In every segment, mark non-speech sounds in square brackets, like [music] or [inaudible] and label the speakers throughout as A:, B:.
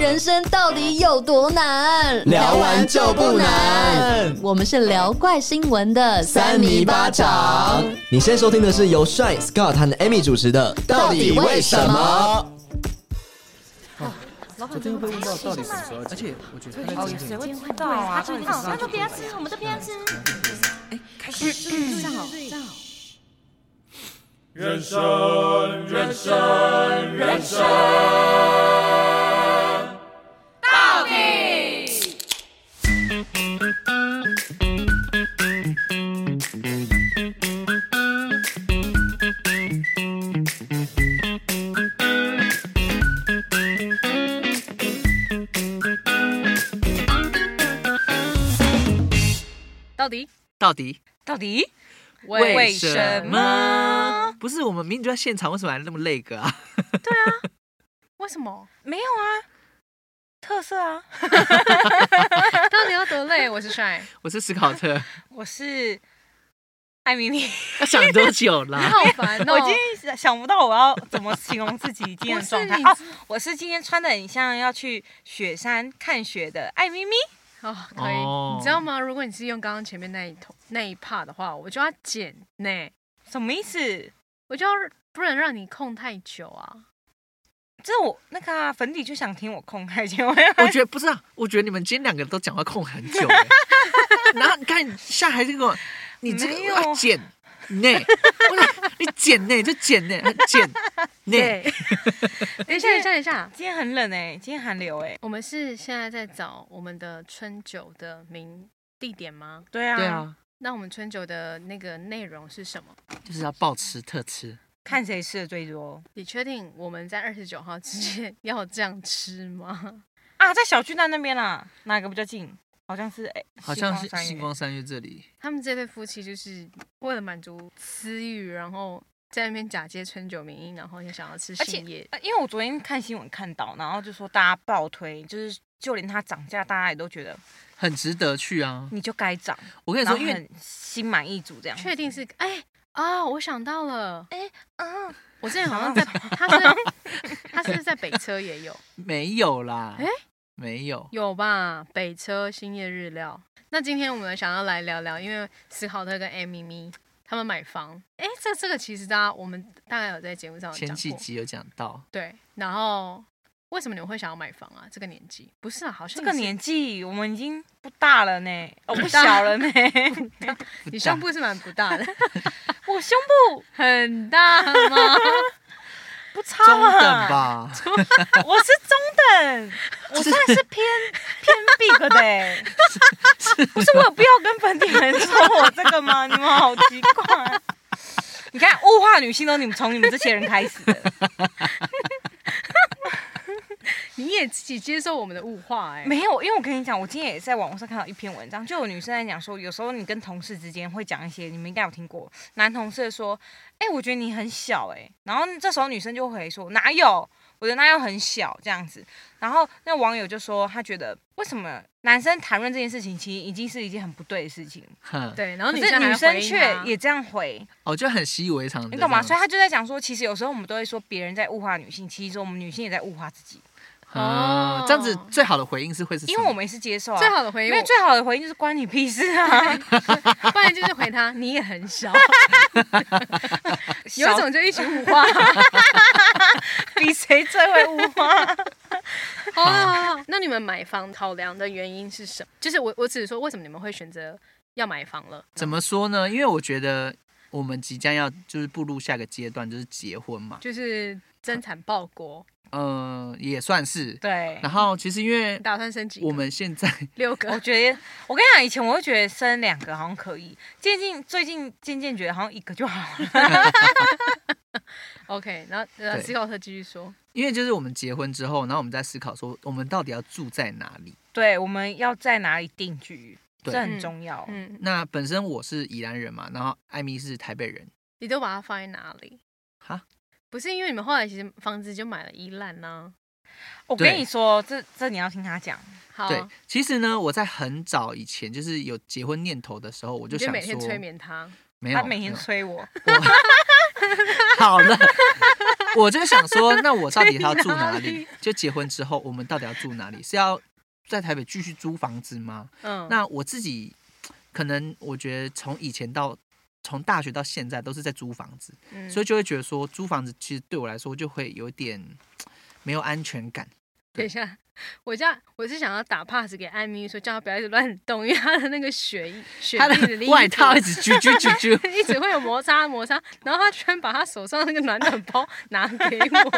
A: 人生到底有多难？
B: 聊完就不难。
A: 我们是聊怪新闻的
B: 三米巴掌。你现在收听的是由帅 Scott 和 Amy 主持的《到底为什么》。
C: 昨天被问到到底什么时候，而且我觉得他
D: 谁会知道啊？他就他他就不要吃，我们都不要吃。
E: 到底
F: 到底
E: 到底
F: 为什么？不是我们明明就在现场，为什么还那么累个啊？ [laughs]
E: 为什么？
D: 没有啊，特色啊，
E: [laughs] 到底要多累？我是帅，
F: 我是史考
D: [laughs]
F: 特，
D: 我是
E: 艾米米，
F: 要想多久
E: 你
F: 啦？
E: 好烦哦！
D: [laughs] 啊我已经想不到我要怎么形容自己今天的状态哦。我是今天穿的很像要去雪山看雪的艾咪咪，
E: 哦，可以，
F: 哦
E: 你知道吗？如果你是用刚刚前面那一头那一 part 的话，我就要剪呢，
D: 什么意思？
E: 我就要不能让你空太久啊。
D: 这我那个啊、粉底就想听我空开节目，
F: 我觉得不是啊，我觉得你们今天两个都讲话空很久
D: [laughs]
F: 欸、然后你看你下还是跟我，你这个
D: 没有
F: 要剪内，我想你剪内就剪内，剪
D: [laughs]
F: 内。，
E: 等一下，等一下，等一
D: [laughs]
E: 下，
D: 今天很冷哎、今天寒流哎、
E: 我们是现在在找我们的春酒的名地点吗？
D: 对啊，
F: 对，啊，
E: 那我们春酒的那个内容是什么？
F: 就是要暴吃特吃。
D: 看谁吃的最多
E: 你确定我们在二十九号之前 [laughs] 要这样吃吗？
D: 啊，在小巨蛋那边啦，哪个比较近？好像是哎、
F: 好像是
D: 星光三
F: 星
D: 月
F: 光三月这里，
E: 他们这对夫妻就是为了满足私欲，然后在那边假借春酒名义，然后也想要吃
D: 而且
E: 新叶。
D: 呃因为我昨天看新闻看到，然后就说大家爆推，就是就连它涨价，大家也都觉得
F: 很值得去啊！
D: 你就该涨，
F: 我跟你
D: 然
F: 说，
D: 后
F: 因为
D: 很心满意足这样。
E: 确定是哎啊、我想到了，
D: 嗯，
E: 我之前
D: [laughs]
E: 好像在，他是他是不是在北车也有
F: 没有啦，
E: 诶
F: 没有，
E: 有吧？北车新叶日料。那今天我们想要来聊聊，因为斯考特跟艾咪咪他们买房，哎，这这个其实大家我们大概有在节目上有
F: 前
E: 讲
F: 几
E: 过，
F: 集有讲到，
E: 对。然后为什么你们会想要买房啊？这个年纪不是啊，好像
D: 这个
E: 也是
D: 年纪我们已经不大了呢，哦不小了呢，
E: 你胸部是蛮不大的，
D: [laughs] 我胸部
E: 很大吗？ [laughs]
D: 不差
F: 中等
D: 啊，
F: 吧？
D: [laughs] 我是中等，我算是偏偏 big 的哎、不是我有必要跟本地人说我这个吗？你们好奇怪。啊 [laughs] 你看，物化女性都你们从你们这些人开始的，
E: 你也自己接受我们的物化哎、
D: 没有，因为我跟你讲，我今天也在网络上看到一篇文章，就有女生在讲说，有时候你跟同事之间会讲一些，你们应该有听过，男同事说，哎、我觉得你很小哎、然后这时候女生就回说，哪有，我的哪有很小这样子，然后那网友就说，他觉得为什么男生谈论这件事情，其实已经是一件很不对的事情，
F: 哼， [laughs]
E: 对，然后
D: 可
E: 女
D: 是
E: 生还
D: 女生
E: 回应
D: 却
E: 他
D: 也这样回，
F: 哦我就很习以为常的这
D: 你
F: 样。
D: 懂吗？所以他就在讲说，其实有时候我们都会说别人在物化女性，其实我们女性也在物化自己，
F: 哦，这样子最好的回应是会是什
D: 因
F: 么，
D: 为我们也是接受啊
E: [laughs] 最。好的回
D: 因
E: 应
D: 为
E: 我，
D: 最好的回应就是关你屁事
E: [laughs]
D: 啊！
E: 不然就是回他你也很小， [laughs] 有一
D: 小
E: 种就一起物 [laughs] 化。
D: 比谁最 [laughs] 会污化。
E: 好了好了，那你们买房考量的原因是什么？就是我我只是说为什么你们会选择要买房了？
F: 怎么说呢？因为我觉得我们即将要就是步入下个阶段，就是结婚嘛，
E: 就是增产报国，
F: 嗯、也算是。
D: 对，
F: 然后其实因为
E: 打算升级
F: 我们哦现在 [laughs]
D: [laughs]
E: 六
D: 我
E: 个，
D: 觉得，我跟你讲，以前我会觉得生两个好像可以，渐渐最近渐渐觉得好像一个就好了。 [laughs]
E: OK，然后呃，
F: 对
E: 斯考特继续说，
F: 因为就是我们结婚之后，然后我们在思考说我们到底要住在哪里。
D: 对，我们要在哪里定居，
F: 对
D: 这很重要。
E: 嗯，
F: 那本身我是宜兰人嘛，然后艾米是台北人，
E: 你都把它放在哪里？
F: 哈，
E: 不是因为你们后来其实房子就买了宜啊兰呐、
D: 我
F: 对
D: 跟你说，这这你要听他讲。
E: 好，
F: 对。其实呢，我在很早以前就是有结婚念头的时候，我
E: 你
F: 就
E: 就
F: 想
E: 每
F: 说
E: 啊天催眠他，
F: 没有，
D: 他每天
F: 没有 [laughs]
D: 催我，
F: 好了，我就想说，那我到底要住哪
D: 哪
F: 里
E: [laughs]
D: 里？
F: 就结婚之后，我们到底要住哪里？是要在台北继续租房子吗？
E: 嗯，
F: 那我自己可能我觉得从以前到从大学到现在都是在租房子，
E: 嗯
F: 所以就会觉得说租房子其实对我来说就会有点没有安全感。
E: 等一下，我这样我是想要打 pass 给艾米，说叫她不要一直乱动，因为她的那个血液血
F: 他
E: 液
F: 的外套一
E: 一
F: 直啾啾啾啾。
E: 一直会有摩擦摩擦，然后她居然把她手上那个暖暖包拿给我，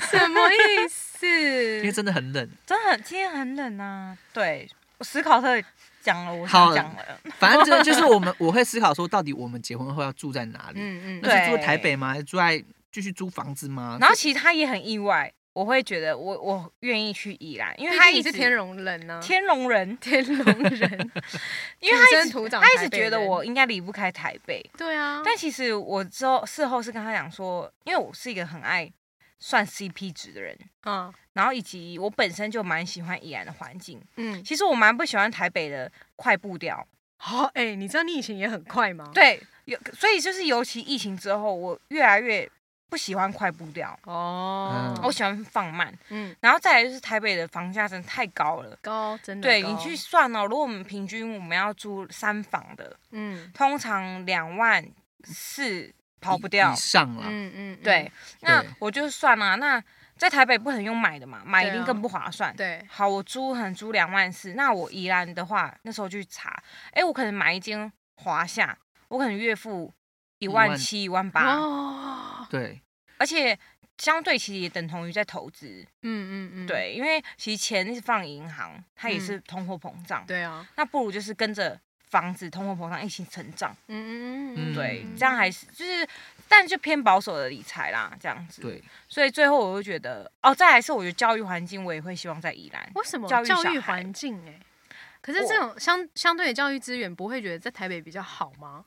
E: 什么意
D: [laughs]
F: 因为
E: 思？
F: 真的很冷，
D: 真的很今天很冷啊。对，我思考特讲了，我
F: 好
D: 想讲了，
F: 反正这就是我们，我会思考说，到底我们结婚后要住在哪里？
E: 嗯嗯，
F: 那是住在
D: 对啊
F: 台北吗？还是住在继续租房子吗？
D: 然后其实他也很意外，我会觉得我我愿意去宜兰，因为
E: 毕
D: 他
E: 竟
D: 一
E: 你是
D: 直
E: 天龙人呢、
D: 天龙人，
E: 天龙人，
D: [laughs] 因为他
E: 土
D: 一
E: 生
D: 直
E: 土长
D: 他一直
E: 台北
D: 觉得
E: 人
D: 我应该离不开台北，
E: 对啊，
D: 但其实我之后事后是跟他讲说，因为我是一个很爱算 CP 值的人， [laughs]
E: 嗯
D: 然后以及我本身就蛮喜欢宜兰的环境，
E: 嗯，
D: 其实我蛮不喜欢台北的快步调，
E: 好、哎、你知道你以前也很快吗？
D: 对，有所以就是尤其疫情之后，我越来越不喜欢快步调，
E: 哦，
F: 嗯
D: 我喜欢放慢，
E: 嗯
D: 然后再来就是台北的房价真的太高了。
E: 高真的
D: 对
E: 高
D: 你去算哦，如果我们平均我们要租三房的，
E: 嗯
D: 通常两万四跑不掉
F: 以，上了。
E: 嗯嗯
D: 对，那
F: 对
D: 我就算啦、那在台北不能用买的嘛，买一
E: 对
D: 定
E: 啊
D: 更不划算。
E: 嗯对
D: 好，我租可能租两万四，那我宜兰的话，那时候去查，哎，我可能买一间华夏，我可能月付一万七、一万八，
E: 哦
F: 对，
D: 而且相对其实也等同于在投资，
E: 嗯嗯嗯，
D: 对，因为其实钱是放银行，它也
E: 嗯
D: 是通货膨胀，
E: 对啊，
D: 那不如就是跟着房子通货膨胀一起成长，
E: 嗯嗯
F: 嗯
E: 嗯，
D: 对，
F: 嗯
D: 这样还是就是，但就偏保守的理财啦，这样子，
F: 对，
D: 所以最后我就觉得，哦，再来是我觉得教育环境，我也会希望在宜兰。
E: 为什么
D: 教育
E: 教
D: 小
E: 育
D: 孩
E: 环境哎、可是这种相相对的教育资源，不会觉得在台北比较好吗？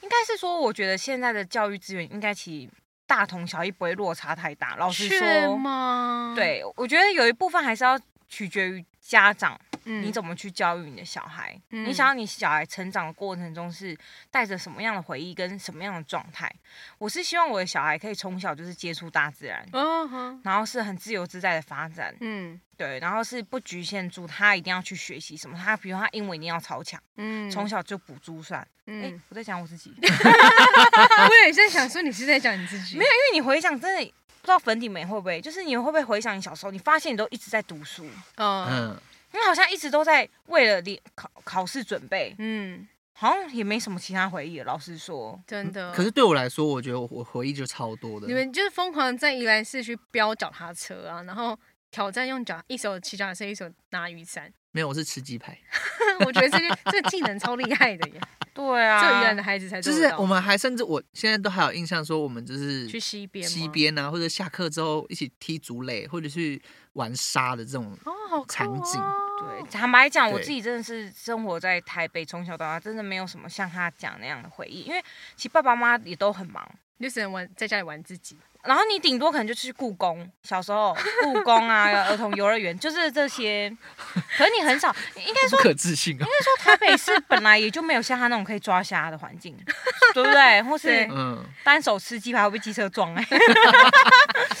D: 应该是说，我觉得现在的教育资源应该其实大同小异，不会落差太大。老实
E: 是
D: 说，
E: 吗？，
D: 对我觉得有一部分还是要取决于家长，
E: 嗯
D: 你怎么去教育你的小孩。
E: 嗯
D: 你想要你小孩成长的过程中是带着什么样的回忆跟什么样的状态？我是希望我的小孩可以从小就是接触大自然。
E: 嗯哼，
D: 然后是很自由自在的发展，
E: 嗯
D: 对，然后是不局限住他一定要去学习什么，他比如他英文一定要超强，
E: 嗯，
D: 从小就补珠算。哎、
E: 嗯，
D: 我在讲我自己，
E: [laughs] 我也在想说你是在讲你自己，
D: 没有因为你回想真的不知道粉底眉会不会，就是你会不会回想你小时候，你发现你都一直在读书，
E: 嗯
F: 嗯，
D: 你好像一直都在为了你考考试准备，
E: 嗯，
D: 好像也没什么其他回忆了。老实说，
E: 真
D: 嗯
E: 的。
F: 可是对我来说，我觉得我我回忆就超多的。
E: 你们就是疯狂地在宜兰市区飙脚踏车啊，然后挑战用脚一手骑脚踏车，一手拿雨伞。
F: 没有，我是吃鸡排，
E: [laughs] 我觉得这个这个技能超厉害的耶，
D: 对
E: 只有
D: 啊，
E: 宜兰的孩子才
F: 就
E: 做
F: 是
E: 得到
F: 我们还甚至我现在都还有印象，说我们就是
E: 去西边吗，
F: 西边啊，或者下课之后一起踢竹垒，或者去玩沙的这种。
E: 哦，好酷哦
F: 场景
D: 对，坦白讲，我
F: 对
D: 自己真的是生活在台北，从小到大真的没有什么像他讲那样的回忆，因为其实爸爸妈妈也都很忙。
E: 你就只能玩在家里玩自己。
D: 然后你顶多可能就去故宫，小时候故宫啊、 [laughs] 儿童游乐园，就是这些。可是你很少，应该
F: 不
D: 说
F: 可置信啊！
D: 说台北市本来也就没有像他那种可以抓虾的环境，对不对？或是
E: 对
F: 嗯，
D: 单手吃鸡排会被机车撞哎、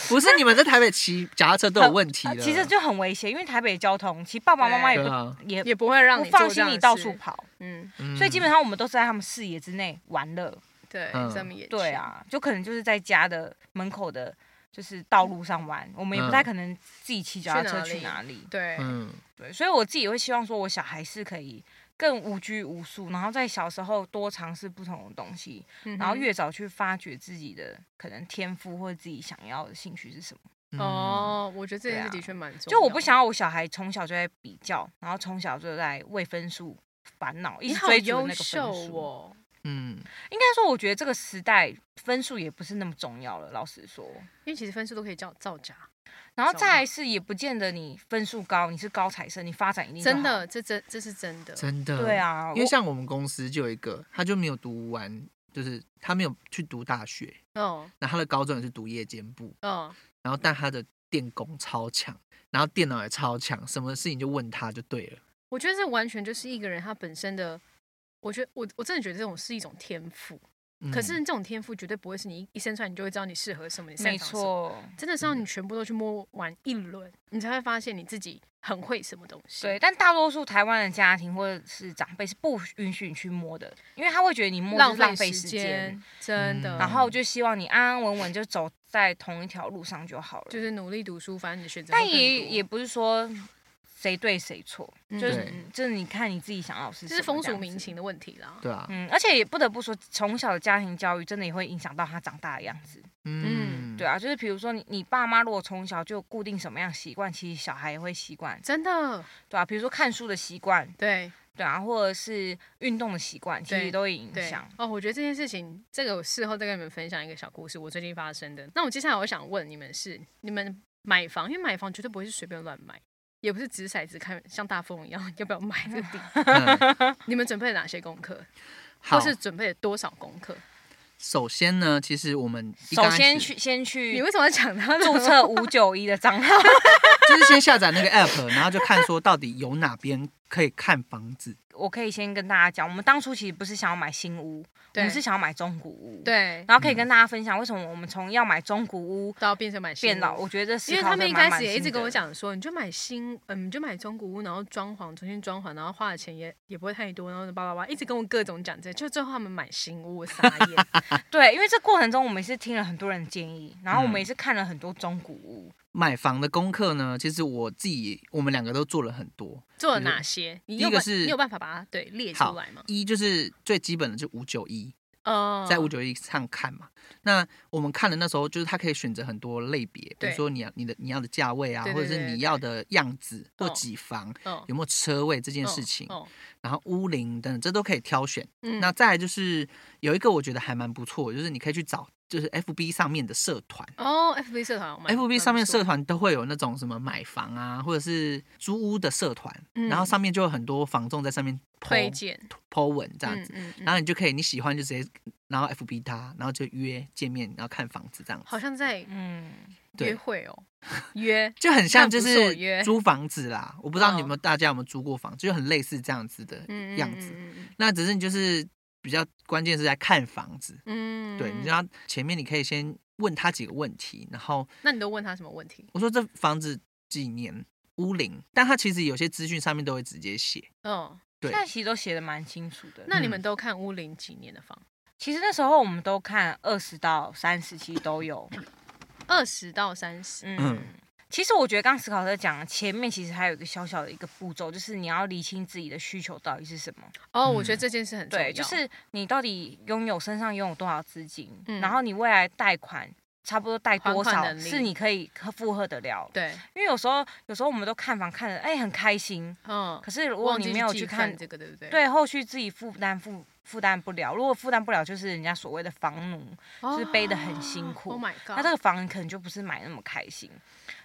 F: 不是你们在台北骑 [laughs] 脚踏车都有问题了。
D: 其实就很危险，因为台北的交通，其实爸爸妈妈也
F: 对
D: 不、
F: 啊，
D: 也
E: 也不会让
D: 不
E: 你做
D: 放
E: 这
D: 心
E: 样的
D: 你到
E: 事
D: 处，跑，
E: 嗯，
F: 嗯
D: 所以基本上我们都是在他们视野之内玩乐。
E: 对，
F: 嗯
E: 这么也
D: 对，啊，就可能就是在家的门口的，就是道路上玩，我们也不太可能自己骑脚踏车去
E: 去哪
D: 哪里。
E: 对，
F: 嗯，
D: 对，所以我自己会希望说，我小孩是可以更无拘无束，然后在小时候多尝试不同的东西，
E: 嗯哼
D: 然后越早去发掘自己的可能天赋或者自己想要的兴趣是什么。
F: 嗯，
E: 哦，我觉得这件
D: 对
E: 事
D: 啊
E: 的确蛮重要。
D: 就我不，想要我小孩从小就在比较，然后从小就在为分数烦恼，一
E: 你
D: 直
E: 好
D: 追逐
E: 优
D: 那个分
E: 秀
D: 数。
E: 哦，
F: 嗯，
D: 应该说，我觉得这个时代分数也不是那么重要了，老实说。
E: 因为其实分数都可以造造假，
D: 然后
E: 重
D: 再
E: 要
D: 来是，也不见得你分数高，你是高材生，你发展一定就
E: 真
D: 好。
E: 的，这真这是真的。
F: 真的。
D: 对，啊，
F: 因为
D: 我
F: 像我们公司就有一个，他就没有读完，就是他没有去读大学，
E: 哦
F: 那他的高中也是读夜间部，
E: 哦，
F: 然后但他的电工超强，然后电脑也超强，什么事情就问他就对了。
E: 我觉得这完全就是一个人他本身的，我觉得我我真的觉得这种是一种天赋，
F: 嗯
E: 可是
D: 嗯
E: 这种天赋绝对不会是你一生出来你就会知道你适合什么，你擅
D: 没
E: 长什么。
D: 错，
E: 真的
D: 嗯
E: 是要你全部都去摸完一轮，你才会发现你自己很会什么东西。
D: 对。但大多数台湾的家庭或者是长辈是不允许你去摸的，因为他会觉得你摸就是浪费
E: 费
D: 时间，嗯
E: 间，真的。
D: 然后就希望你安安稳稳就走在同一条路上就好了。
E: 就是努力读书，反正你的选择会
D: 但
E: 更多。
D: 也也不是说谁对谁错，
E: 嗯
D: 就是
F: 对
D: 就是你看你自己想要的是
E: 这
D: 什
E: 是
D: 么
E: 风
D: 这
E: 俗
D: 样
E: 民
D: 子
E: 情的问题啦。
F: 对啊，
D: 嗯，而且也不得不说，从小的家庭教育真的也会影响到他长大的样子。
E: 嗯
F: 嗯，
D: 对啊，就是比如说你你爸妈如果从小就固定什么样习惯，其实小孩也会习惯，
E: 真的，
D: 对啊，比如说看书的习惯，
E: 对
D: 对啊，或者是运动的习惯，其
E: 对
D: 实都会影
E: 对
D: 响。
E: 哦，我觉得这件事情，这个我事后再跟你们分享一个小故事，我最近发生的。那我接下来我想问你们是，你们买房，因为买房绝对不会是随便乱买，也不是掷骰子看像大富翁一样 [laughs] 要不要买这个地。
F: 嗯
E: [laughs] 你们准备了哪些功课，
F: 好
E: 或，是准备了多少功课？
F: 首先呢，其实我们一
D: 首
F: 刚开
D: 先
F: 始
D: 去先
E: 你
D: 去
E: 为什么要讲他的
D: 注册五九一的账号，
F: 就是先下载那个 app，然后 [laughs] 就看说到底有哪边可以看房子。
D: 我可以先跟大家讲，我们当初其实不是想要买新屋，我
E: 对
D: 们是想要买中古屋。，
E: 对，
D: 然后可
F: 嗯
D: 以跟大家分享为什么我们从要买中古屋
E: 到变成买新
D: 变老，
E: 屋
D: 我觉得这
E: 因
D: 思
E: 为
D: 考
E: 他们
D: 真
E: 一
D: 的蛮
E: 开始也一
D: 蛮
E: 直
D: 新
E: 跟我
D: 的，
E: 讲说，你就买新，嗯，你就买中古屋，然后装潢重新装潢，然后花的钱也也不会太多，然后叭叭叭，一直跟我各种讲这，就最后他们买新屋，我傻
F: [laughs]
E: 眼。
D: 对，因为这过程中我们也是听了很多人的建议，然后我们
F: 嗯
D: 也是看了很多中古屋，
F: 买房的功课呢，其实我自己我们两个都做了很多。
E: 做了哪些？你
F: 嗯第一
E: 有
F: 个
E: 办
F: 是
E: 你有办法把它对列出
F: 好
E: 来吗，？
F: 一就是最基本的就五九一，
E: 呃
F: 在五九一上看嘛。那我们看的那时候，就是它可以选择很多类别，比
E: 对
F: 如说你要你的你要的价位啊，
E: 对对
F: 或者
E: 对
F: 是
E: 对
F: 你要的样子或
E: 哦
F: 几房，
E: 哦
F: 有没有车位这件事情，
E: 哦，
F: 然后屋龄等等，这都可以挑选。
E: 嗯
F: 那再来就是有一个我觉得还蛮不错，就是你可以去找，就是 FB 上面的社团。
E: 哦，FB 社团蛮
F: FB 上面社
E: 蛮不错
F: 团都会有那种什么买房啊，或者是租屋的社团，
E: 嗯
F: 然后上面就有很多房仲在上面 po,
E: 推荐
F: po 文这样子，，
E: 嗯嗯嗯
F: 然后你就可以你喜欢就直接，然后 FB 他，然后就约见面，然后看房子这样子，
E: 好像在
D: 嗯，
E: 约
F: 对，
E: 会哦，约
F: [laughs] 就很像
E: 那不
F: 就是
E: 我约
F: 是租房子啦。我不知道你有没有
E: 哦
F: 大家有没有租过房，就很类似这样子的
E: 嗯嗯
F: 样子。
E: 嗯嗯
F: 那只是你就是比较关键是在看房子，
E: 嗯，
F: 对，你知
E: 道？
F: 道前面你可以先问他几个问题，然后
E: 那你都问他什么问题？
F: 我说这房子几年屋龄，但他其实有些资讯上面都会直接写。
E: 哦，
F: 对
D: 现在其实都写的蛮清楚的。
E: 那你们都看屋龄几年的房？
D: 其实那时候我们都看二十到三十，其实都有。
E: 二十到三十，
D: 嗯，
F: 嗯
D: 其实我觉得刚刚史考特讲前面其实还有一个小小的一个步骤，就是你要理清自己的需求到底是什么。
E: 哦，我觉得这件事很重要。
D: 嗯对，就是你到底拥有身上拥有多少资金，
E: 嗯
D: 然后你未来贷款。差不多贷多
E: 还款
D: 少
E: 能力
D: 是你可以负荷得了？
E: 对，
D: 因为有时候有时候我们都看房看的哎、很开心，
E: 嗯，
D: 可是如果
E: 忘记
D: 你没有
E: 计
D: 去
E: 算
D: 看
E: 这个，对不对？，
D: 对，后续自己负担负负担不了。如果负担不了，就是人家所谓的房奴，就是背得很辛苦
E: 哦 Oh my god！
D: 那这个房你可能就不是买那么开心。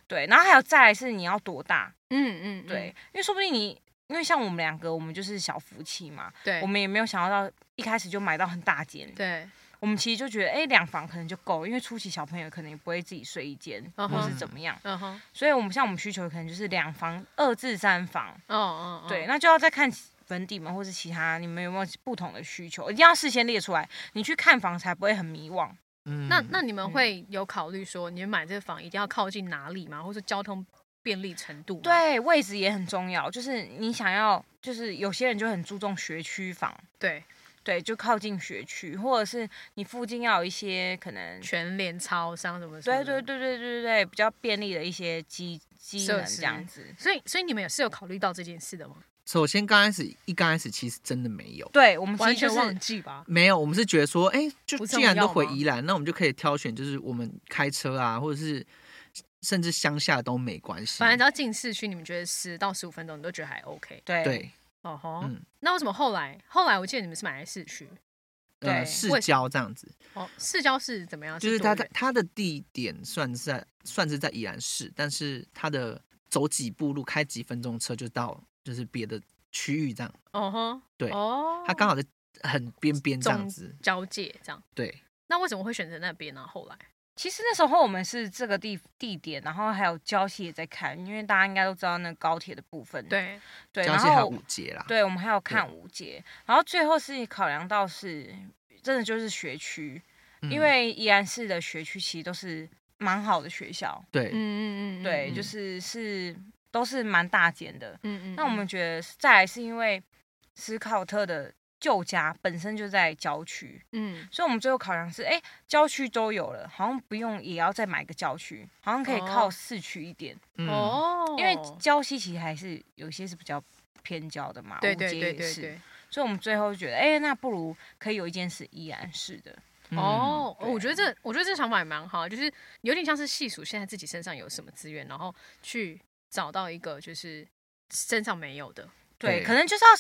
D: 对，然后还有再来是你要多大，
E: 嗯嗯，嗯
D: 对，因为说不定你。因为像我们两个，我们就是小夫妻嘛，
E: 对，
D: 我们也没有想要到一开始就买到很大间，
E: 对，
D: 我们其实就觉得，哎、两房可能就够了，因为初期小朋友可能也不会自己睡一间
E: 嗯
D: 或
E: 哼
D: 是怎么样，
E: 嗯哼，
D: 所以我们像我们需求可能就是两房、二至三房，
E: 哦哦，哦
D: 对，，那就要再看本地嘛，或是其他你们有没有不同的需求，一定要事先列出来，你去看房才不会很迷惘。
F: 嗯
E: 那那你们会有考虑说，你们买这个房一定要靠近哪里吗？或者交通便利程度？，
D: 对，位置也很重要，就是你想要，就是有些人就很注重学区房，
E: 对，
D: 对，就靠近学区，或者是你附近要有一些可能，
E: 全联超商什么什么
D: 对
E: 的？
D: 对对对对对对，比较便利的一些机机
E: 设
D: 能
E: 施
D: 这样子。
E: 所以，所以你们也是有考虑到这件事的吗？
F: 首先刚开始一刚开始其实真的没有，
D: 对，我们其
E: 完
D: 实
E: 全
D: 就是
E: 忘记吧。
F: 没有，我们是觉得说，哎，就
E: 不重
F: 既然
E: 要
F: 都回
E: 吗
F: 宜兰，那我们就可以挑选，就是我们开车啊，或者是甚至乡下都没关系。
E: 反正只要进市区，你们觉得十到十五分钟，你都觉得还 OK。
D: 对
F: 对，
E: 哦吼，
F: 嗯
E: 那为什么后来后来我记得你们是买在市区
F: 呃，
D: 对
F: 市
E: 为
F: 郊这样子，
E: 哦，市郊是怎么样？
F: 就是
E: 多
F: 它
E: 远
F: 在它的地点算是在算是在宜兰市，但是它的走几步路、开几分钟车就到，就是别的区域这样。
E: 哦吼，
F: 对
E: 哦，
F: 它刚好在很边边这样
E: 中
F: 子。
E: 交界这样。
F: 对，
E: 那为什么会选择那边呢、后来
D: 其实那时候我们是这个地地点，然后还有郊西也在看，因为大家应该都知道那个高铁的部分。
E: 对，
D: 对，
F: 加
D: 然
F: 上还有
D: 后
F: 五节啦。
D: 对，我们还有看五节，然后最后是考量到是真的就是学区，
F: 嗯
E: 嗯
D: 因为宜兰市的学区其实都是蛮好的学校，
F: 对，
E: 嗯嗯嗯，
D: 对，
E: 嗯
D: 就是是都是蛮大间的。
E: 嗯嗯，
D: 那我们觉得再来是因为斯考特的旧家本身就在郊区，
E: 嗯
D: 所以我们最后考量是，哎、郊区都有了，好像不用也要再买个郊区，好像可以靠
E: 哦
D: 市区一点，
F: 嗯，
E: 哦，
D: 因为郊西其实还是有些是比较偏郊的嘛，五
E: 对对
D: 街
E: 对
D: 也
E: 对
D: 是
E: 对，
D: 所以我们最后就觉得，哎、那不如可以有一间是宜兰市的，
F: 嗯，
E: 哦，
D: 对
E: 我觉得这我觉得这想法也蛮好，就是有点像是细数现在自己身上有什么资源，然后去找到一个就是身上没有的。
D: 对，
F: 对
D: 可能就是要。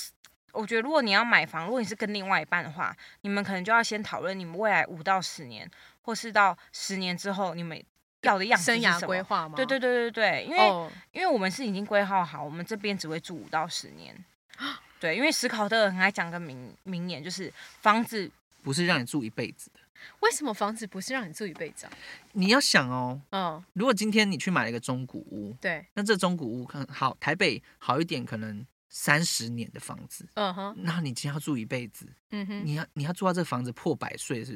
D: 我觉得，如果你要买房，如果你是跟另外一半的话，你们可能就要先讨论你们未来五到十年，或是到十年之后你们要的样子
E: 生
D: 是
E: 涯
D: 什
E: 规
D: 么。
E: 划吗？
D: 对对对对对，因为、
E: 哦，
D: 因为我们是已经规划好，我们这边只会住五到十
E: [gasps]
D: 年。对，因为史考特很爱讲个名名言，就是房子
F: 不是让你住一辈子的。
E: 为什么房子不是让你住一辈子啊？
F: 你要想哦，
E: 嗯，
F: 如果今天你去买了一个中古屋，
E: 对，
F: 那这中古屋可能好，台北好一点，可能三十年的房子，
E: 嗯哼，
F: 那你今天要住一辈子，
E: 嗯哼。
F: 你要你要住到这房子破百岁，是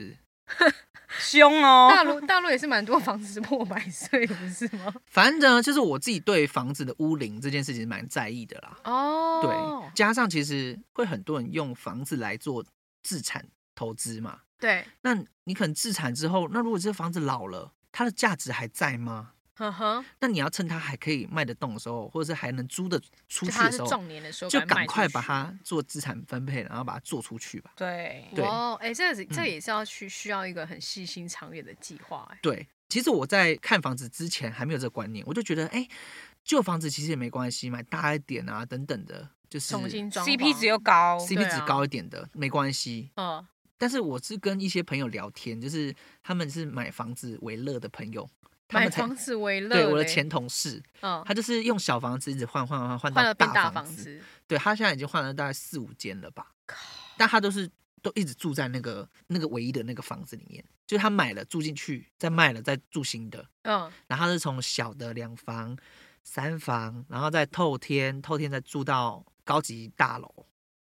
F: 不是？
D: 凶哦。
E: 大陆大陆也是蛮多房子是破百岁，不是
F: [laughs]
E: 吗？
F: 反正呢，就是我自己对房子的屋龄这件事情蛮在意的啦。
E: 哦
F: 对，加上其实会很多人用房子来做自产投资嘛。
E: 对对，
F: 那你可能自产之后，那如果这房子老了，它的价值还在吗？
E: 呵呵，
F: 那你要趁它还可以卖得动的时候，或者是还能租的出
E: 就
F: 去
E: 他
F: 的
E: 是
F: 时候，
E: 重年的时候，
F: 就赶快
E: 它
F: 把
E: 卖出去。
F: 它做资产分配，然后把它做出去吧。
D: 对，
F: 对
E: 哇，哎，这个这
F: 嗯
E: 也是要去需要一个很细心长远的计划，哎，
F: 对，其实我在看房子之前还没有这个观念，我就觉得，哎，旧房子其实也没关系，买大一点啊，等等的，就是
E: 重新装
D: CP
E: 潢
D: 值又高，
E: 对
F: CP 值
E: 啊
F: 高一点的、没关系。
E: 嗯，
F: 但是我是跟一些朋友聊天，就是他们是买房子为乐的朋友，他
E: 买
F: 们才
E: 房子为乐嘞，
F: 对我的前同事，
E: 嗯，
F: 他就是用小房子一直换换换换
E: 换
F: 到
E: 了变大
F: 房
E: 房子，
F: 对他现在已经换了大概四五间了吧，但他都是都一直住在那个那个唯一的那个房子里面，就是他买了住进去，再卖了再住新的，
E: 嗯，
F: 然后他是从小的两房、三房，然后再透天，透天再住到高级大楼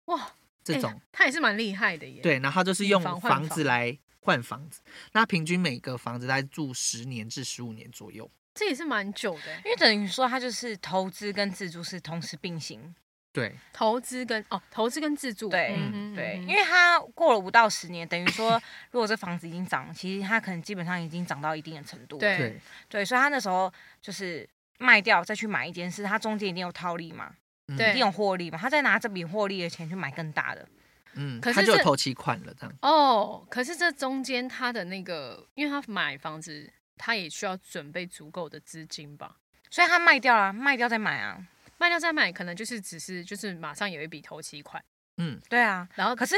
E: 哇，
F: 这
E: 哎
F: 种。
E: 他也是蛮厉害的耶，，
F: 对，然后他就是
E: 以
F: 用
E: 房换
F: 房子
E: 房
F: 来换房子，那平均每个房子大概住十年至十五年左右。
E: 这也是蛮久的耶，
D: 因为等于说它就是投资跟自住是同时并行。
F: 对，
E: 投资跟哦，投资跟自住，
D: 对
E: 嗯哼
D: 对，
E: 嗯哼
D: 因为它过了五到十年，等于说如果这房子已经涨，其实它可能基本上已经涨到一定的程度了。
E: 对
F: 对
D: 对，所以他那时候就是卖掉再去买一间，是他中间一定有套利嘛，
F: 嗯
D: 一
E: 对
D: 定有获利嘛，他再拿这笔获利的钱去买更大的。
F: 嗯，
E: 可
F: 他
E: 是
F: 就有
E: 这
F: 头期款了，这样
E: 哦，可是这中间他的那个，因为他买房子，他也需要准备足够的资金吧。
D: 所以他卖掉了，卖掉再买啊，
E: 卖掉再买，可能就是只是就是马上有一笔头期款，
F: 嗯
D: 对啊。
E: 然后
D: 可是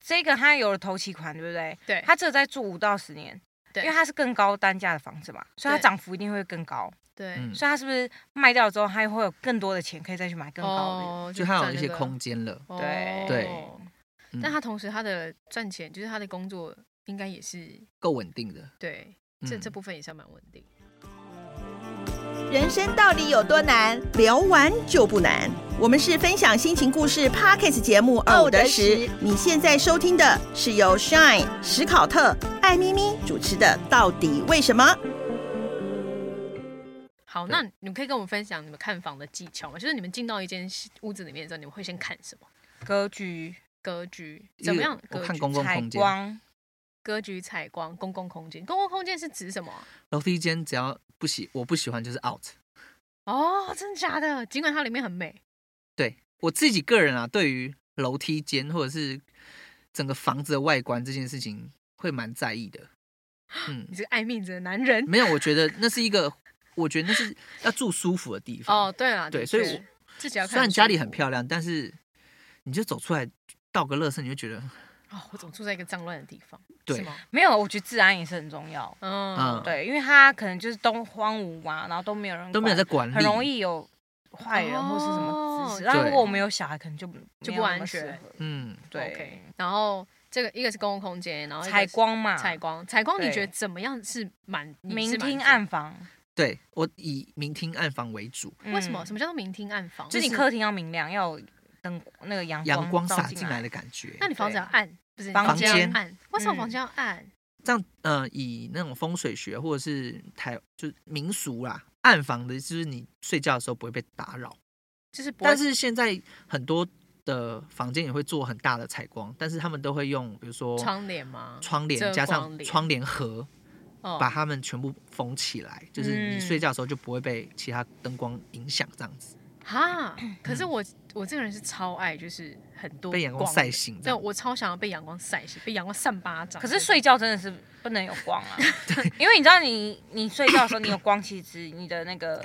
D: 这个他有了头期款，对不对？
E: 哦对
D: 他只有在住五到十年，
E: 对
D: 因为它是更高单价的房子嘛，所以它
E: 对
D: 涨幅一定会更高。
E: 对，
F: 嗯
D: 所以他是不是卖掉之后，他会有更多的钱可以再去买更高的？
E: 哦，
F: 就他有
E: 赚
F: 一
E: 那
F: 些
E: 个
F: 空间了。
E: 哦
F: 对嗯
E: 但他同时他的赚钱，就是他的工作应该也是
F: 够稳定的。
E: 对，这
F: 嗯
E: 这部分也是要蛮稳定。
G: 人生到底有多难？聊完就不难。我们是分享心情故事 Podcast 节目《偶得时》，你现在收听的是由 Shine 史考特、艾咪咪主持的《到底为什么》。 [laughs]
E: 好，那你们可以跟我们分享你们看房的技巧吗？就是你们进到一间屋子里面的时候，你们会先看什么？
D: 格局、
E: 格局
F: 因
E: 怎么
F: 为
E: 样？
F: 我
E: 格
F: 看
E: 局
F: 公共
D: 采
F: 空间，
D: 光，
E: 格局、采光、公共空间。公共空间是指什么啊？
F: 楼梯间只要不喜，我不喜欢就是 out。
E: 哦，真的假的？尽管它里面很美，
F: 对我自己个人啊，对于楼梯间或者是整个房子的外观这件事情，会蛮在意的。嗯
E: 你，这个爱面子的男人。
F: 没有，我觉得那是一个，我觉得那是要住舒服的地方。
E: 哦，对了，
F: 对
E: 的
F: 所以
E: 确
F: 我
E: 自己要看
F: 虽然
E: 舒
F: 家里很
E: 服
F: 漂亮，但是你就走出来倒个垃圾，你就觉得
E: 哦，我总住在一个脏乱的地方，
F: 对
E: 是吗？
D: 没有，我觉得治安也是很重要。
E: 嗯
F: 嗯，
D: 对，因为它可能就是东荒芜嘛，然后都没有人
F: 都没有
D: 管
F: 在管理，
D: 很容。易有坏人或是什么姿势。
E: 哦
D: 那、如
F: 对
D: 果我们有小孩，可能就不
E: 就
D: 没有
E: 不
D: 那么
E: 安
D: 适
E: 全
D: 合
F: 嗯，
D: 对
E: OK 然后这个一个是公共空间，然后一个
D: 采
E: 哦是
D: 光嘛，
E: 采光，采光你
D: 对
E: 觉得怎么样是满你
D: 明
E: 是满
D: 厅
E: 足
D: 暗房。嗯
F: 对我以明厅暗房为主，
E: 为什么？什
D: 么？
E: 么叫做明厅暗房？
D: 就是你客厅要明亮，要有灯那个阳
F: 阳光
D: 照
F: 洒
D: 进
F: 进来的感觉。
E: 那你房子
D: 对
E: 要暗，不是
D: 房
E: 间要
F: 间
E: 暗，为什么
D: 嗯
E: 房间要暗？
F: 这样，呃，以那种风水学或者是台就是民俗啦，暗房的就是你睡觉的时候不会被打扰。
E: 就是不会
F: 但是现在很多的房间也会做很大的采光，但是他们都会用比如说
E: 窗帘吗？
F: 窗帘
E: 遮
F: 加
E: 光
F: 上
E: 帘
F: 窗帘盒，
E: 哦
F: 把它们全部封起来，就是你
D: 嗯
F: 睡觉的时候就不会被其他灯光影响，这样子。 [clears throat]
E: 哈，可是我我这个人是超爱，就是很多
F: 被阳光
E: 的
F: 晒醒这
E: 对，
F: 样
E: 我超想要被阳光晒醒，被阳光扇巴掌。
D: 可是睡觉真的是不能有
F: [laughs]
D: 光啊，因为你知道你你睡觉的时候你有光，其实你的那个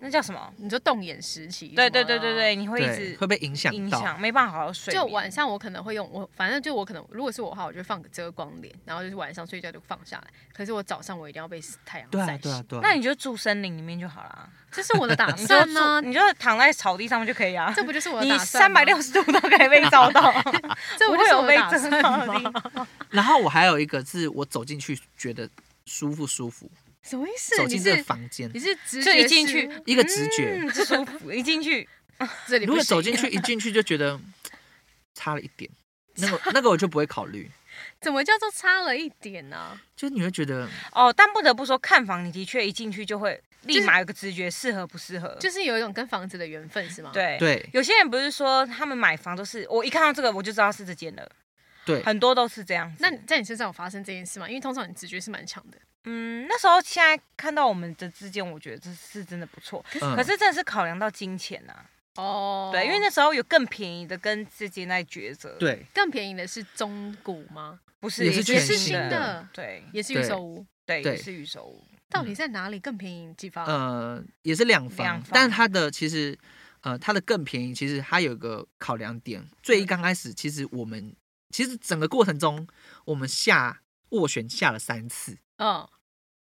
D: 那叫什
E: [coughs]
D: 么？
E: 你就动眼时期，
D: 对对对对。对，你会一
F: 对，
D: 直
F: 会被影响
D: 影
F: 到。
D: 响，没办法好好睡
E: 啊就
D: 眠。
E: 晚上我可能会用我，反正就我可能如果是我的话，我就放个遮光帘，然后就是晚上睡觉就放下来。可是我早上我一定要被太阳
F: 对
E: 晒
F: 啊，
E: 醒，
F: 对啊，对啊。
D: 那你就住森林里面就好了，
E: 这是我
F: [laughs]
E: 的打
D: 你就
E: 算呢、
D: 住你就躺在草地上面就可以啊。
E: 这不就是我的
D: 你
E: 打算
D: 三
E: 吗？
D: 百六十度都可以被照到，
E: [laughs] [laughs] 这
D: 不
E: 不
D: 会
E: 就是
D: 有
E: 我的
D: 被
E: 打
D: 遮
E: 算
D: 到
E: 吗
D: 的地方。
F: 然后我还有一个是我走进去觉得舒不舒服，
E: [laughs] 什么意思？
F: 走
E: 你
F: 进这个
E: 是
F: 房间
E: 你是直
D: 就
E: 觉
D: 一进
E: 是
D: 去
F: 一个直觉。
D: 嗯，舒服。一进去，
E: 这里不
F: 如果
E: 行
F: 走进去一进去就觉得嗯差了一点，那个那个我就不会考虑，
E: [laughs] 怎么叫做差了一点呢、
F: 就你会觉得
D: 哦，但不得不说，看房你的确一进去就会立马有个直觉，适合不适合。
E: 就是有一种跟房子的缘分是吗？，
D: 对。
F: 对
D: 有些人不是说他们买房都是我一看到这个我就知道是这间了，
F: 对
D: 很多都是这样子。
E: 那你在你身上有发生这件事吗？因为通常你直觉是蛮强的，
D: 嗯，那时候现在看到我们的之间，我觉得这是真的不错。
F: 嗯
D: 可是真的是考量到金钱呐、啊
E: 哦
D: 对，因为那时候有更便宜的跟这间在抉择，，
F: 对
E: 更便宜的是中古吗？
D: 不是
F: 也是
D: 全
F: 全新
D: 的，
E: 的
D: 对
E: 也是预售屋，
D: 对，
F: 对嗯
D: 也是预售屋，
E: 到底在哪里更便宜几方？
F: 呃也是两
D: 两
F: 房
D: 房，
F: 但它的其实呃它的更便宜，其实它有一个考量点，
E: 嗯
F: 最刚开始其实我们其实整个过程中我们下斡旋下了三次，
E: 嗯，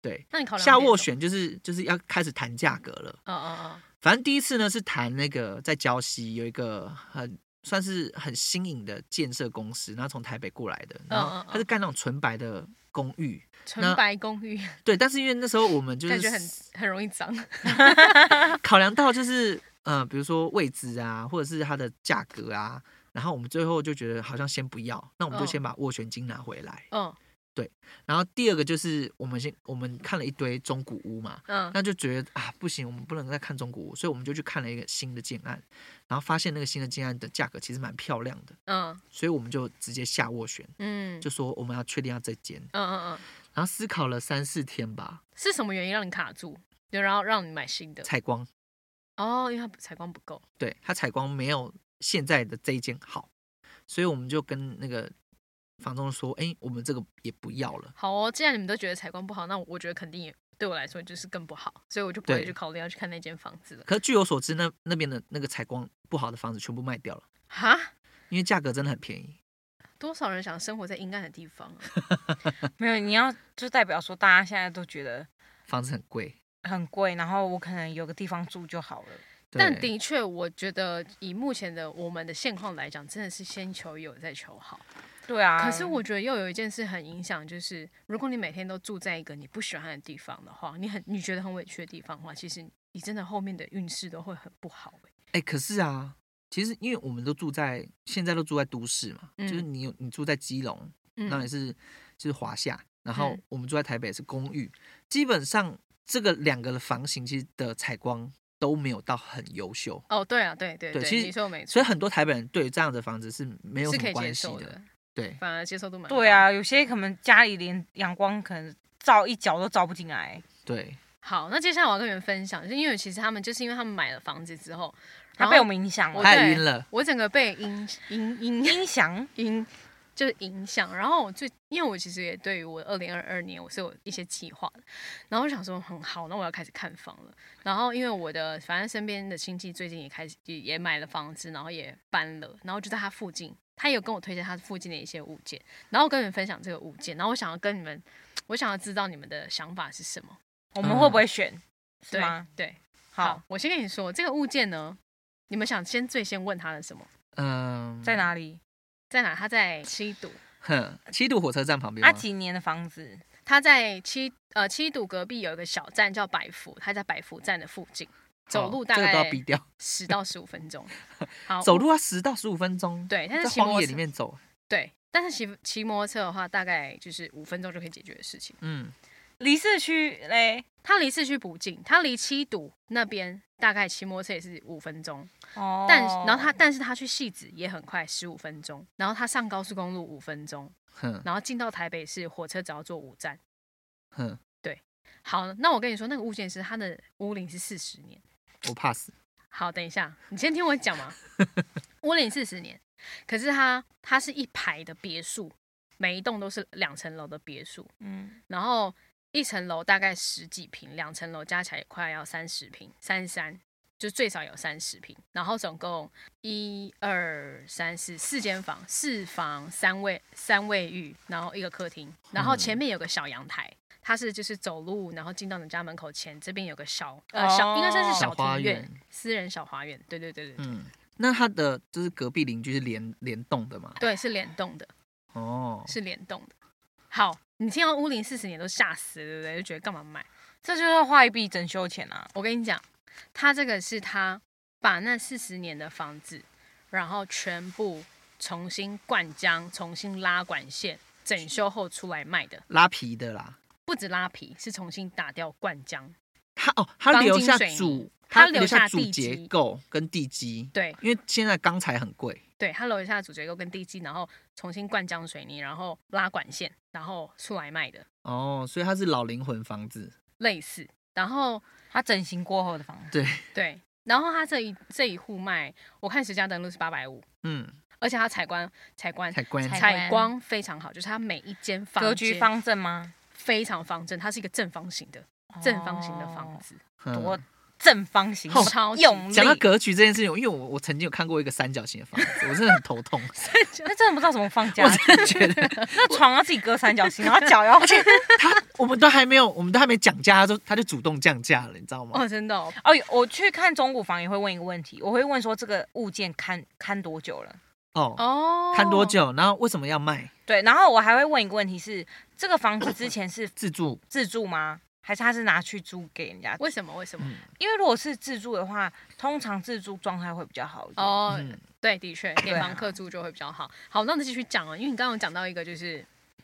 F: 对，
E: 那你考量
F: 下
E: 点
F: 斡
E: 什
F: 旋就是就是要开始谈价格了。
E: 么，嗯嗯
F: 反正第一次呢是谈那个在礁溪有一个很算是很新颖的建设公司，然后从台北过来的，然
E: 嗯
F: 后
E: 嗯
F: 它是盖那种纯白的公寓，
E: 嗯，纯白公寓 [laughs]
F: 对。但是因为那时候我们就
E: 感觉很
F: 是
E: 很容易脏，
F: 考量到就是呃，比如说位置啊，或者是它的价格啊，然后我们最后就觉得好像先不要，那我们就
E: 嗯
F: 先把斡旋金拿回来。
E: 嗯
F: 然后第二个就是我们先我们看了一堆中古屋嘛，
E: 嗯，
F: 那就觉得啊不行，我们不能再看中古屋，所以我们就去看了一个新的建案，然后发现那个新的建案的价格其实蛮漂亮的，
E: 嗯
F: 所以我们就直接下斡旋，
E: 嗯，
F: 就说我们要确定要这间，
E: 嗯嗯嗯，
F: 然后思考了三四天吧，
E: 是什么原因让你卡住？就然后让你买新的
F: 采光，
E: 哦，因为它采光不够，
F: 对它采光没有现在的这一间好，所以我们就跟那个房东说，哎，我们这个也不要了。
E: 好哦，既然你们都觉得采光不好，那我觉得肯定也对我来说就是更不好，所以我就不会
F: 对
E: 去考虑要去看那间房子了。
F: 可是据我所知，那那边的那个采光不好的房子全部卖掉了，
E: 哈，
F: 因为价格真的很便宜。
E: 多少人想生活在阴暗的地方
F: [laughs]
E: 啊？
D: [laughs] 没有，你要就代表说大家现在都觉得
F: 房子很贵。
D: 很贵，然后我可能有个地方住就好了，
E: 但
F: 对
E: 的确，我觉得以目前的我们的现况来讲，真的是先求有再求好。
D: 对啊。
E: 可是我觉得又有一件事很影响，就是如果你每天都住在一个你不喜欢的地方的话，你很你觉得很委屈的地方的话，其实你真的后面的运势都会很不好、欸。
F: 哎、可是啊，其实因为我们都住在现在都住在都市嘛，就是
E: 嗯
F: 你有你住在基隆，那也
E: 嗯，
F: 是就是华夏，然后
E: 嗯
F: 我们住在台北是公寓，基本上这个两个的房型其实的采光都没有到很优秀，
E: 哦，对啊，对对
F: 对其实
E: 你说的没错，
F: 所以很多台北人对于这样的房子是没有
E: 是
F: 什
E: 可
F: 么
E: 以接
F: 关系
E: 受
F: 的。
E: 的，嗯
F: 对，
E: 反而接受度蛮
D: 对
E: 高
D: 啊，有些可能家里连阳光可能照一脚都照不进来，
F: 对，
E: 好，那接下来我要跟你们分享，就是因为其实他们就是因为他们买了房子之后，
D: 他
E: 然后
D: 被我们影响了，
E: 我
F: 太
E: 对
F: 晕了。
E: 我整个被影影影
D: 影响。
E: 影就是影响。然后我最因为我其实也对于我二零二二年我是有一些计划的，然后我想说很好，那我要开始看房了。然后因为我的反正身边的亲戚最近也开始也也买了房子，然后也搬了，然后就在他附近，他也有跟我推荐他附近的一些物件，然后我跟你们分享这个物件，然后我想要跟你们，我想要知道你们的想法是什么，
D: 我们会不会选？是
E: 嗯对
D: 吗？
E: 对。好
D: 好，，
E: 我先跟你说，这个物件呢，你们想先最先问他的什么？
F: 嗯，
D: 在？哪里？
E: 在哪？他在七堵，
F: 哼，七度火车站
E: 嗯
F: 旁边
D: 啊，
F: 吗？
D: 几年的房子？
E: 他在七呃七堵隔壁有一个小站叫百福，他在百福站的附近，走
F: 好
E: 路
F: 哦
E: 大
F: 这个都
E: 概
F: 要
E: 啊 [laughs]
F: 逼掉，
E: 十到十五分钟。
F: [laughs]
E: 好，
F: 走路要十到十五分钟。
E: 对，他
F: 在
E: 骑摩
F: 荒
E: 托
F: 野
E: 车
F: 里面走，
E: 对，但是骑骑摩托车的话，大概就是五分钟就可以解决的事情。
F: 嗯，
D: 离市区嘞，
E: 它离市区不近，它离七堵那边大概骑摩托车也是五分钟，
D: 哦
E: 但然后它但是它去戏子也很快，十五分钟，然后它上高速公路五分钟，
F: 哼
E: 然后进到台北市火车只要坐五站。
F: 哼，
E: 好，那我跟你说，那个物件师他的屋龄是四十年。
F: 我怕死。
E: 好，等一下，你先听我讲嘛。 [laughs] 屋龄四十年，可是它它是一排的别墅，每一栋都是两层楼的别墅，
D: 嗯，
E: 然后一层楼大概十几平，两层楼加起来也快要三十平，三三就最少有三十平，然后总共一二三四四间房，四房三卫三卫浴，然后一个客厅，然后
F: 嗯
E: 前面有个小阳台。它是就是走路，然后进到你家门口前，这边有个小呃小，应该算是
D: 哦
E: 小
F: 小花
E: 庭院
F: 园，
E: 私人小花园。对对对对对，
F: 嗯，那他的就是隔壁邻居是联联动的嘛？
E: 对是联动的，
F: 哦，
E: 是联动的。好，你听到屋龄四十年都吓死了，对不对？就觉得干嘛买？
D: 这就是坏币整修钱啊，
E: 我跟你讲，他这个是他把那四十年的房子，然后全部重新灌浆、重新拉管线，整修后出来卖的，
F: 拉皮的啦。
E: 不止拉皮，是重新打掉灌浆。
F: 他哦，他
E: 钢筋
F: 留下
E: 水泥
F: 主，
E: 他留
F: 留
E: 下
F: 主
E: 地基
F: 结构跟地基。
E: 对
F: 因为现在钢材很贵，
E: 对，他楼下的主结构跟地基，然后重新灌浆水泥，然后拉管线，然后出来卖的，
F: 哦，所以它是老灵魂房子。
E: 类似。然后
D: 他整形过后的房子，
F: 对，
E: 对，然后他这一这一户卖，我看实价登录是八百五，
F: 嗯，
E: 而且他采光采光
F: 才关。
A: 才
E: 采光非常好，就是它每一间房
D: 格局
E: 间
D: 方正吗？
E: 非常方正，它是一个正方形的正方形的房
D: 哦
E: 子，
F: 嗯
D: 多正方形，
E: 哦超级
D: 用力
F: 讲到格局这件事情，因为我我曾经有看过一个三角形的房子，我真的很头
E: [laughs]
F: 痛。
D: 那真的不知道怎么放假
F: 我，真的觉得
D: 那床要自己割三角
G: 啊
D: 形，然后脚要去。
F: 他，我们都还没有，我们都还没讲价，他就他就主动降价了，你知道吗？
E: 哦，真的、哦，
D: 哦，我去看中古房也会问一个问题，我会问说这个物件看看多久了？
F: 哦，
E: 哦
F: 看多？久，然后为什么要卖？
D: 对，然后我还会问一个问题是，这个房子之前是
F: 自住
D: 自住吗？还是他是拿去租给人家？
E: 为什么？为什么？
F: 嗯
D: 因为如果是自住的话，通常自住状态会比较好一点。
E: 哦，
F: 嗯
E: 对，的确，给
D: 对啊
E: 房客住就会比较好。好，那我们继续讲哦，因为你刚刚有讲到一个，就是、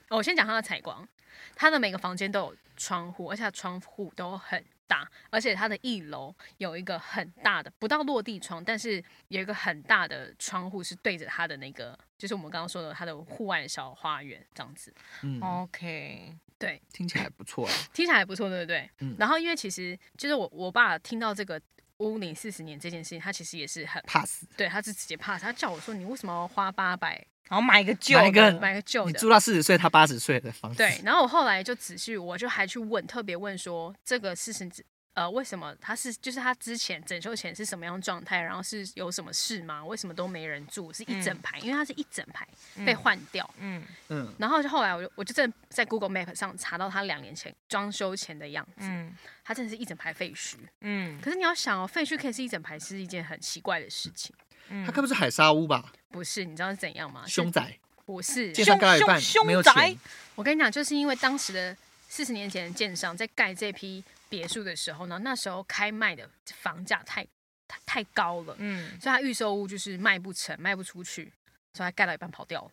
E: 哦我先讲它的采光，它的每个房间都有窗户，而且它窗户都很大，而且它的一楼有一个很大的，不到落地窗，但是有一个很大的窗户是对着它的那个，就是我们刚刚说的它的户外小花园这样子。
F: 嗯，
D: OK，
E: 对，
F: 听起来不错啊。
E: 听起来还不错，对不对？
F: 嗯
E: 然后因为其实就是我我爸听到这个屋龄四十年这件事情，他其实也是很，
F: pass，
E: 对，他是直接 pass，他叫我说你为什么要花八百
D: 然后买一个旧
F: 买一个
D: 的，
F: 嗯
E: 买个旧
F: 你
E: 的
F: 住？到四十岁，他八十岁的房子，
E: 对，，然后我后来就仔细，我就还去问，特别问说这个事情。呃，为什么他是就是他之前整修前是什么样的状态，然后是有什么事吗？为什么都没人住？是一整排，因为它是一整排被换掉，
D: 嗯，
F: 嗯，
E: 然后就后来我就我就真的在 Google Map 上查到他两年前装修前的样子，
D: 嗯
E: 它真的是一整排废墟。
D: 嗯
E: 可是你要想哦，废墟可以是一整排，是一件很奇怪的事情。
D: 嗯，
F: 他该不是海沙屋吧？
E: 不是，你知道是怎样吗？啊是
F: 凶宅，
E: 不是，
F: 建商盖到一半
D: 凶
F: 没有
D: 凶
F: 钱
D: 宅，
E: 我跟你讲，就是因为当时的四十年前的建商在盖这批别墅的时候呢，那时候开卖的房价太太太高了，
D: 嗯
E: 所以他预售屋就是卖不成，卖不出去，所以他盖到一半跑掉了。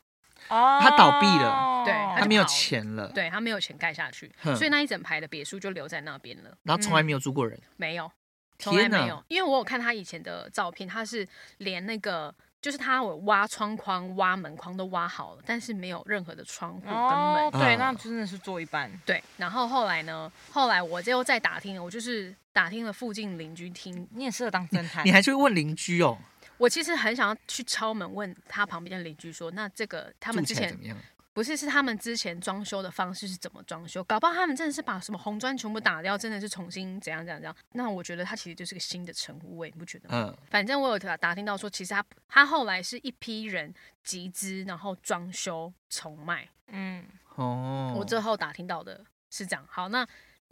D: 哦，
F: 他倒闭了
E: 对他
F: 他
E: 就
F: 没有
E: 跑了
F: 钱了，
E: 对他没有钱盖下去，
F: 哼
E: 所以那一整排的别墅就留在那边了，
F: 然后从来没有住过人，
E: 没有。从来
F: 天
E: 没
F: 哪
E: 有，，因为我有看他以前的照片，他是连那个就是他有挖窗框、挖门框都挖好了，但是没有任何的窗户跟门。
D: 哦，对，
F: 嗯
D: 那真的是做一半，
E: 对，然后后来呢？后来我就再打听了，我就是打听了附近邻居听。
D: 你也适合当侦探
E: 嗯
F: 你。还去问邻居哦，
E: 我其实很想要去敲门问他旁边的邻居说，那这个他
F: 住
E: 们
F: 起
E: 之
F: 来
E: 前
F: 怎么样？
E: 不是是他们之前装修的方式是怎么装修？搞不好他们真的是把什么红砖全部打掉，真的是重新怎样怎样怎样。那我觉得它其实就是个新的城屋味，你不觉得吗？
F: 嗯，
E: 反正我有打打听到说，其实他他后来是一批人集资，然后装修重卖。
D: 嗯，
F: 哦，
E: 我最后打听到的是这样。好，那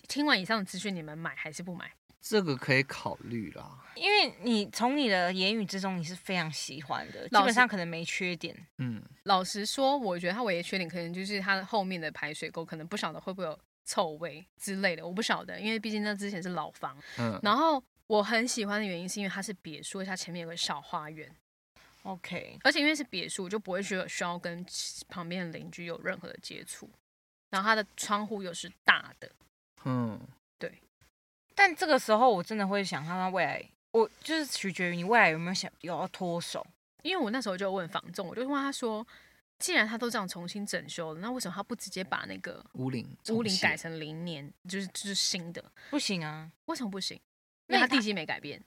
E: 听完以上的资讯，你们买还是不买？
F: 这个可以考虑啦，
D: 因为你从你的言语之中，你是非常喜欢的，
E: 老
D: 基
E: 实
D: 本上可能没缺点。
F: 嗯，
E: 老实说，我觉得它唯一的缺点可能就是它的后面的排水沟，可能不晓得会不会有臭味之类的，我不晓得，因为毕竟那之前是老房。
F: 嗯，
E: 然后我很喜欢的原因是因为它是别墅，而且它前面有个小花园，
D: OK，
E: 而且因为是别墅，就不会需要需要跟旁边的邻居有任何的接触。然后它的窗户又是大的，
F: 嗯，
D: 但这个时候我真的会想，他他未来，我就是取决于你未来有没有想有要脱手。
E: 因为我那时候就问房仲，我就问他说，既然他都这样重新整修了，那为什么他不直接把那个
F: 屋龄
E: 屋龄
F: 重写
E: 改成零年，就是就是新的？
D: 不行啊，
E: 为什么不行？因
D: 那
E: 为他
D: 他
E: 地基没改变，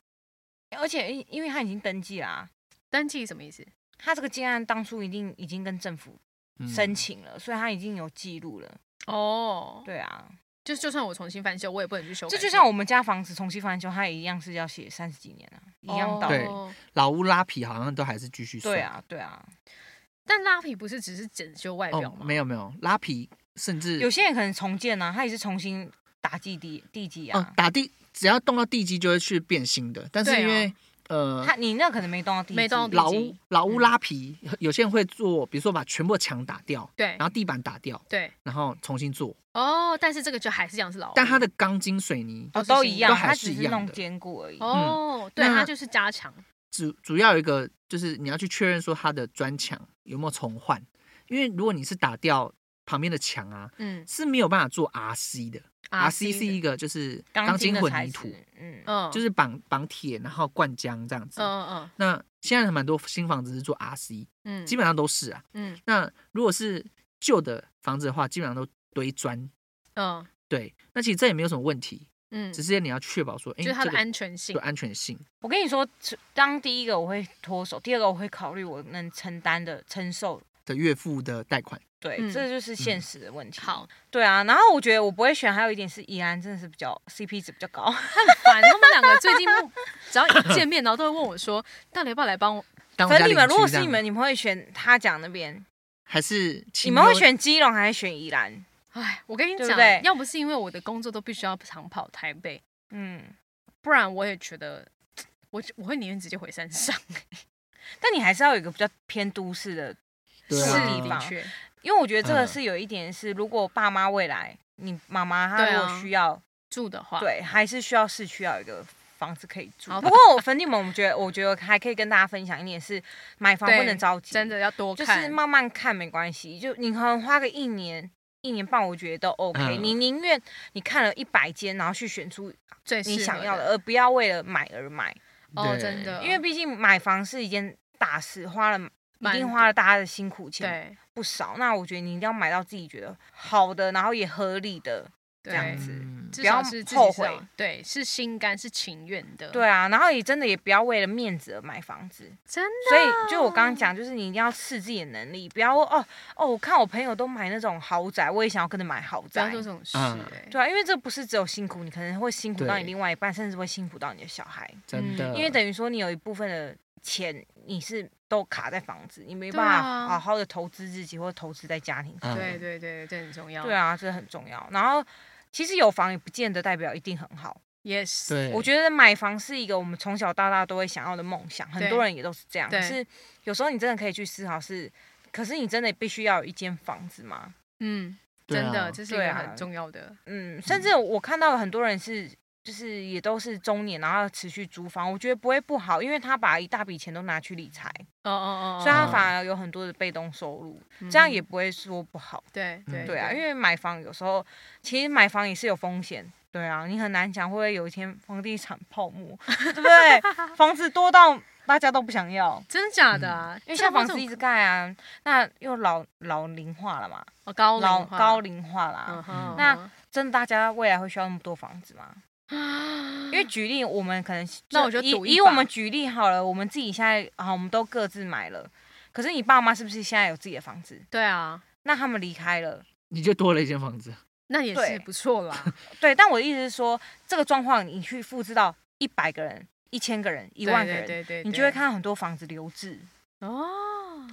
D: 而且因因为他已经登记啦、
E: 登记什么意思？
D: 他这个建案当初一定已经跟政府
F: 嗯
D: 申请了，所以他已经有记录了。
E: 哦，
D: 对啊，
E: 就就算我重新翻修，我也不能去修改
D: 这
E: 它。
D: 就像我们家房子重新翻修，它一样是要写三十几年啊，一样道理。
F: 哦对老屋拉皮好像都还是继续算
D: 对，啊，对啊，
E: 但拉皮不是只是整修外表
F: 哦，
E: 吗？
F: 没有没有拉皮，甚至
D: 有些人可能重建啊，他也是重新打基地地基
F: 哦
D: 啊。
F: 打地只要动到地基就会去变新的，但是
E: 对啊
F: 因为呃
D: 他你那可能没动到地基，哦
E: 没动到地
F: 老
E: 基嗯
F: 屋老屋拉皮，有些人会做，比如说把全部的墙打掉，
E: 对
F: 然后地板打掉，
E: 对
F: 然后重新做，
E: 哦，但是这个就还是这样是老屋，
F: 但它的钢筋水泥
D: 哦都一样，
F: 都还
D: 他
F: 是
D: 只
F: 一
D: 是
F: 样的嗯
D: 弄坚固而已。
E: 哦，对，
F: 那
E: 它就是加强
F: 主主要有一个就是你要去确认说它的砖墙有没有重换，因为如果你是打掉旁边的墙啊，
E: 嗯
F: 是没有办法做 RC 的。RC
E: RC
F: 啊是一
E: 的
F: 个就是
D: 啊钢
F: 钢筋
D: 的
F: 混
D: 材
F: 凝土
D: 质，，嗯，
E: 嗯，
F: 就是是绑绑铁然后灌浆这样子。
E: 嗯嗯
F: 那现在蛮多新房子是做 RC，
E: 嗯，
F: 基
E: 本
F: 本上都是啊。
E: 嗯
F: 那如果是旧的房子的话，基本上都堆砖。
E: 嗯
F: 对，那其实这也没有什么问题，
E: 嗯，
F: 只是你要确保说，哎、
E: 就是它
F: 这
E: 的
F: 个
E: 安全性
F: 有，安全性。
D: 我跟你说，当第一个我会脱手，第二个我会考虑我能承担的承受。
F: 的岳父的贷款，
D: 对，
E: 嗯
D: 这就是现实的
F: 嗯
D: 问题。
E: 好，
D: 对啊，然后我觉得我不会选，还有一点是宜安真的是比较 CP 值比较高。
E: 反正他们两个最近只要一见面，然后都会问我说，到底要不要来帮我？
F: 当我
D: 可
F: 家
D: 是你们
F: 邻居
D: 如果
F: 这
D: 是
F: 样
D: 你们，你们会选他讲那边？
F: 还是
D: 你
F: 亲
D: 们会
F: 优
D: 选基隆还是选宜兰？
E: 哎，我跟你
D: 对不
E: 讲
D: 对，
E: 要不是因为我的工作都必须要常跑台北，
D: 嗯，
E: 不然我也觉得我我会宁愿直接回山上。
D: 但你还是要有一个比较偏都市的，
F: 对
D: 是
F: 啊
D: 地
E: 的
D: 方
E: 确，
D: 因为我觉得这个
F: 嗯
D: 是有一点是，如果爸妈未来你妈妈她
E: 对
D: 如
E: 啊
D: 果需要，
E: 住的话，
D: 对，还是需要市区要有一个房子可以住。
E: 好
D: 不过我粉底们，我们觉得我觉得还可以跟大家分享一点是，买房
E: 对
D: 不能着急，
E: 真的要多
D: 就
E: 看，
D: 是慢慢看没关系，就你可能花个一年。一年半我觉得都 OK，、
F: 嗯
D: 你宁愿你看了一百间，然后去选出
E: 最适
D: 你
E: 合
D: 想要的，
E: 的
D: 而不要为了买而买。
E: 哦，
F: 对
E: 真的，
D: 因为毕竟买房是一件大事，花了一
E: 蛮
D: 定花了大家的辛苦钱
E: 对
D: 不少。那我觉得你一定要买到自己觉得好的，然后也合理的这样
E: 对
D: 子。
F: 嗯
E: 至
D: 不要
E: 少是自己
D: 后
E: 是要
D: 悔
E: 对，是心甘是情愿的，
D: 对，啊，然后也真的也不要为了面子而买房子。
E: 真的。
D: 所以就我刚刚讲，就是你一定要试自己的能力，不要哦哦，我看我朋友都买那种豪宅，我也想要跟着买豪
E: 不要
D: 宅
E: 做。这种事、
F: 嗯
E: 哎
D: 对啊，因为这不是只有辛苦，你可能会辛苦到你
F: 对嗯
D: 另外一半，甚至会辛苦到你的小孩。
F: 真的，
D: 嗯因为等于说你有一部分的钱你是都卡在房子，你没
E: 对
D: 办
E: 啊
D: 法好好的投资自己或投资在家庭。
F: 嗯
E: 对对对，这很重要。
D: 对，啊，这很重要。然后其实有房也不见得代表一定很好，
E: 也是，
F: 对，
D: 我觉得买房是一个我们从小到大都会想要的梦想，很多
E: 对
D: 人也都是这样。
E: 对
D: 可是有时候你真的可以去思考是，可是你真的必须要有一间房子吗？
E: 嗯，
F: 对
E: 真的，
F: 啊
E: 这是一
D: 对
E: 个
D: 啊
E: 很重要的。
D: 嗯，甚至我看到有很多人是。就是也都是中年，然后持续租房，我觉得不会不好，因为他把一大笔钱都拿去理财，
E: 哦哦哦，
D: 所以他
E: 哦嗯
D: 反而有很多的被动收入，这样也不会说不好。
E: 对对
D: 对啊，因为买房有时候其实买房也是有风险。对啊，你很难讲会不会有一天房地产泡沫， [laughs] 对不对？房子多到大家都不想要，
E: 真的假的啊？
D: 嗯因为
E: 这
D: 现在房
E: 这
D: 子
E: 种
D: 一直盖啊，那又老老龄化了嘛，
E: 哦高
D: 老
E: 龄化
D: 高，龄化啦，
E: 嗯哼，
D: 那
E: 嗯
D: 真的大家未来会需要那么多房子吗？
E: 哼
D: 因为举例，我们可能
E: 那我就
D: 以
E: 赌一
D: 以
E: 把
D: 啊我们举例好了，我们自己现在啊，我们都各自买了，可是你爸妈是不是现在有自己的房子？
E: 对啊，
D: 那他们离开了，
F: 你就多了一间房子，
E: 那也
D: 对
E: 是不错
D: [laughs]
E: 啦。
D: 对，但我的意思是说，这个状况你去复制到一百个人、一千个人、一
E: 一
D: 万个人，
E: 对对对，
D: 你就会看到很多房子留置，
E: 对哦，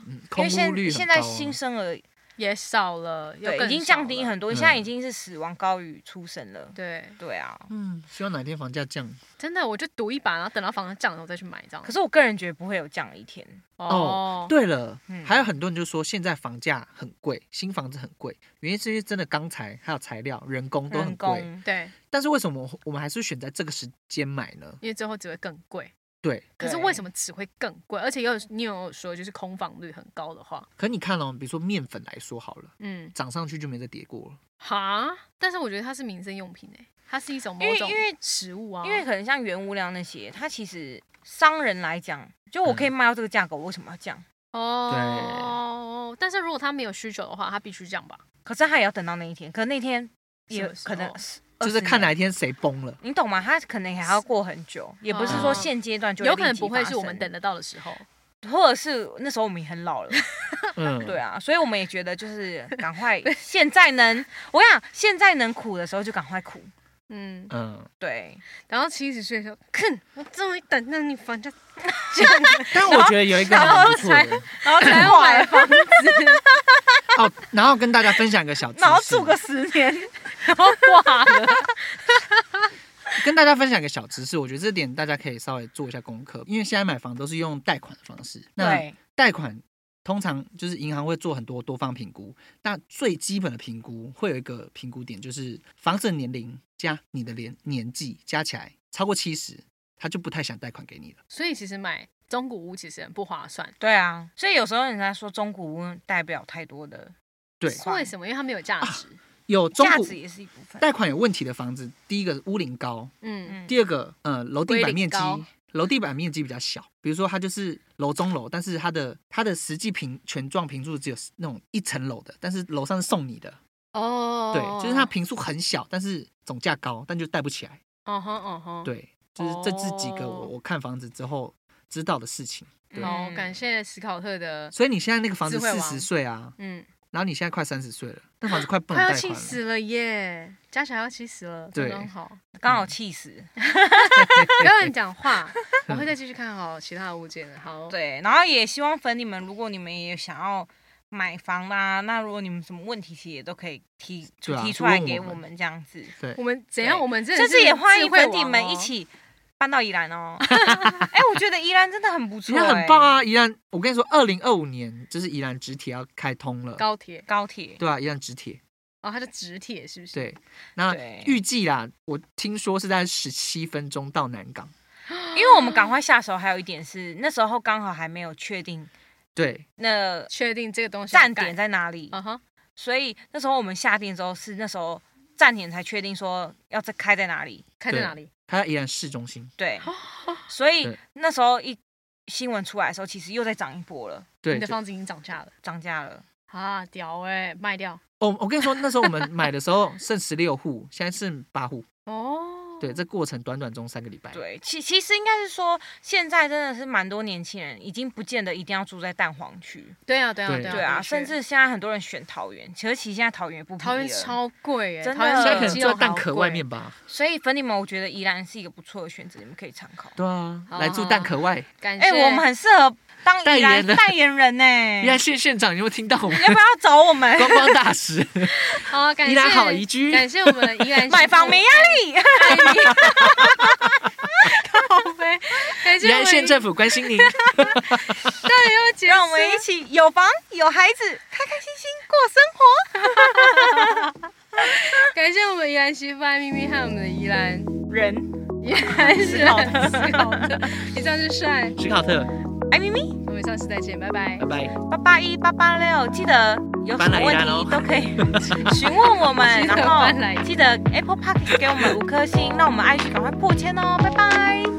F: 嗯
D: 因
F: 空
D: 为
F: 屋率很
D: 现现在
F: 高啊
D: 新生儿
E: 也少了，又
D: 对
E: 更
D: 已经
E: 少
D: 降低
E: 了
D: 很多，
F: 嗯
D: 现在已经是死亡高于出生了。
E: 对，
D: 对啊，
F: 嗯，希望哪天房价降
E: 真的，我就赌一把，然后等到房价降了我再去买，这样。
D: 可是我个人觉得不会有这样的一天。
E: 哦，
F: 对了，
D: 嗯
F: 还有很多人就说现在房价很贵，新房子很贵，原因是因为真的钢材还有材料、人工都很
D: 人
F: 贵。
D: 工
E: 对，
F: 但是为什么我们还是选在这个时间买呢？
E: 因为最后只会更贵。
F: 对，
E: 可是
D: 对
E: 为什么只会更贵？而且有你有说就是空房率很高的话，
F: 可你看哦，比如说面粉来说好了，
E: 嗯，
F: 涨上去就没再跌过了。
E: 哈，但是我觉得它是民生用品哎、它是一种某
D: 因为
E: 种
D: 因为
E: 食物啊，
D: 因为可能像原物料那些，它其实商人来讲，就我可以
F: 嗯
D: 卖到这个价格，我为什么要降？
E: 哦，但是如果它没有需求的话，它必须这样吧？
D: 可是他也要等到那一天，可那天也
E: 什么时
D: 可能
E: 候
D: 是
F: 就是看
D: 来
F: 哪一天谁崩
D: [laughs]
F: 了。
D: 你懂吗？他可能还要过很久，也不是说现阶段就
E: 嗯有可能不
D: 立即
E: 会
D: 发
E: 是我们
D: 生
E: 等得到的时候。
D: 或者是那时候我们也很老了，
F: 嗯，
D: 对啊，所以我们也觉得
E: [laughs]
D: 就是赶快现在能，我跟你讲现在能苦的时候就赶快苦，
E: 嗯，
D: [laughs]
F: 嗯，
D: 对，
E: 等到七十岁的时候，哼，我终于等到你房价
F: 但我觉得有一个蛮不错的
D: 然后才
E: 才要
D: 坏，
E: 买 [laughs] 房子，
F: 哦，然后跟大家分享一个小知识，
D: [laughs] 然后住个十年，
E: 然后挂了。
F: 跟大家分享一个小知识，我觉得这点大家可以稍微做一下功课，因为现在买房都是用贷款的方式，那
D: 对，
F: 贷款通常就是银行会做很多多方评估，那最基本的评估会有一个评估点，就是房子的年龄加你的年年纪加起来超过七十，他就不太想贷款给你了。
E: 所以其实买中古屋其实很不划算。
D: 对啊，所以有时候人家说中古屋代表太多的
F: 对，
D: 哇
E: 为什么？因为它没有价值。
F: 有中
D: 价
F: 古
D: 值也是一部分，
F: 贷款有问题的房子，第一个屋龄高，
E: 嗯，
F: 第二个，呃，楼地
E: 归
F: 板
E: 零
F: 面积
E: 高，
F: 楼地板面积比较小，比如说它就是楼中楼，但是它的它的实际平全幢平数只有那种一层楼的，但是楼上是送你的，
E: 哦，
F: 对，就是它，平数很小，但是总价高，但就带不起来，
E: 哦哼哦哼，
F: 对，就是这这几个我
E: 哦
F: 我看房子之后知道的事情，对，
E: 好，
D: 嗯
E: 感谢史考特的，
F: 所以你现在那个房子
E: 智慧
F: 四
E: 王
F: 十岁啊，
E: 嗯，
F: 然后你现在快三十岁了，那房子快不能
E: 快要
F: 贷
E: 气
F: 款了，
E: 死了耶，加起来要气死了，
F: 对
E: 刚刚好，
D: 刚好气死，
E: 不要
F: [laughs]
E: 乱讲话，我会再继续看好其他的物件的，好，，
D: 对，然后也希望粉你们，如果你们也想要。买房啦、那如果你们有什么问题，其实也都可以提
F: 对啊
D: 提出来
F: 就问
D: 给
F: 我们
D: 我们这样子。
F: 对
E: 我，们怎样，
D: 对
E: 我们真的
D: 甚至也欢迎
E: 智慧
D: 粉
E: 王
D: 底们一
E: 哦，
D: 起搬到宜兰
E: [laughs]
D: 哦。哎、我觉得宜兰真的很不错、
F: 宜
D: 欸，
F: 兰很棒！啊！宜兰，我跟你说，二零二五年就是宜兰直铁要开通了，
E: 高铁，
D: 高铁
F: 对啊，宜兰直铁，
E: 哦，它的直铁是不是？，
F: 对，那
D: 对
F: 预计啦，我听说是在十七分钟到南港。
D: 因为我们赶快下手，还有一点是那时候刚好还没有确定
F: 对，
D: 那
E: 确定这个东西要
D: 站点
E: 盖，
D: 在哪里，
E: 嗯哼，
D: 所以那时候我们下定之后是那时候站点才确定说要再开在哪里。
E: 开在
F: 对
E: 哪里？
F: 它在宜兰市中心。
E: [laughs]
D: 对，所以
F: 对
D: 那时候一新闻出来的时候，其实又再涨一波了，
F: 对
E: 你的
F: 对
E: 房子已经涨价了
D: 涨价了。
E: 啊，屌哎，卖掉
F: 哦，我跟你说，那时候我们买的时候剩十六户，现在剩八户。
E: 哦，
F: 对，这过程短短中三个礼拜。
D: 对，其其实应该是说，现在真的是蛮多年轻人已经不见得一定要住在蛋黄区。
E: 对啊，对啊，
F: 对
E: 对啊，
D: 对啊，
E: 的确
D: 甚至现在很多人选桃园，其实其实现在桃园也不便宜
E: 桃园
D: 了，
E: 超贵耶，
D: 真的
E: 桃园
F: 现在
E: 比
F: 可能
E: 基
F: 就在
E: 隆
F: 蛋
E: 还要
F: 壳外
E: 贵
F: 面吧。
D: 所以粉底们，我觉得宜兰是一个不错的选择，你们可以参考。
F: 对啊，
E: 好啊
F: 来住蛋壳外。
E: 感谢，
D: 哎、我们很适合当
F: 代
D: 宜
F: 言
D: 兰
F: 人
D: 代言人
F: [laughs]
D: 呢、
F: 宜兰县县长，你有没有听到我们
D: 要不要找我们
F: 观 [laughs] 光大使？
E: 好，哦感谢
F: 宜兰好宜居
E: 感谢我们宜兰
D: [laughs] 买房没压力？
E: 靠呗，感谢
F: 宜
E: 我
F: 兰
E: 们
F: 县政府关心您。
E: 到底要结束
D: 让我们一起有房有孩子，开开心心过生活。
E: 感谢我们宜兰媳妇爱咪咪和我们的宜兰
D: [laughs] 人，
E: 宜兰 [laughs] 是
D: 好
E: 好
D: 的
E: 的，以上是帅，
F: 史考特，
D: 艾哎咪咪，
E: 我们下次再见，拜拜
F: 拜。拜。
D: 八八一八八六，记得有什
F: 搬
D: 么
F: 来宜
D: 问
F: 兰
D: 题
F: 哦 [laughs]
D: 都可以询问我们，
E: 记得
D: 然后
E: 搬来宜兰
D: 记得 Apple Park 给我们五颗星，让我们 IG 赶快破千哦，拜拜。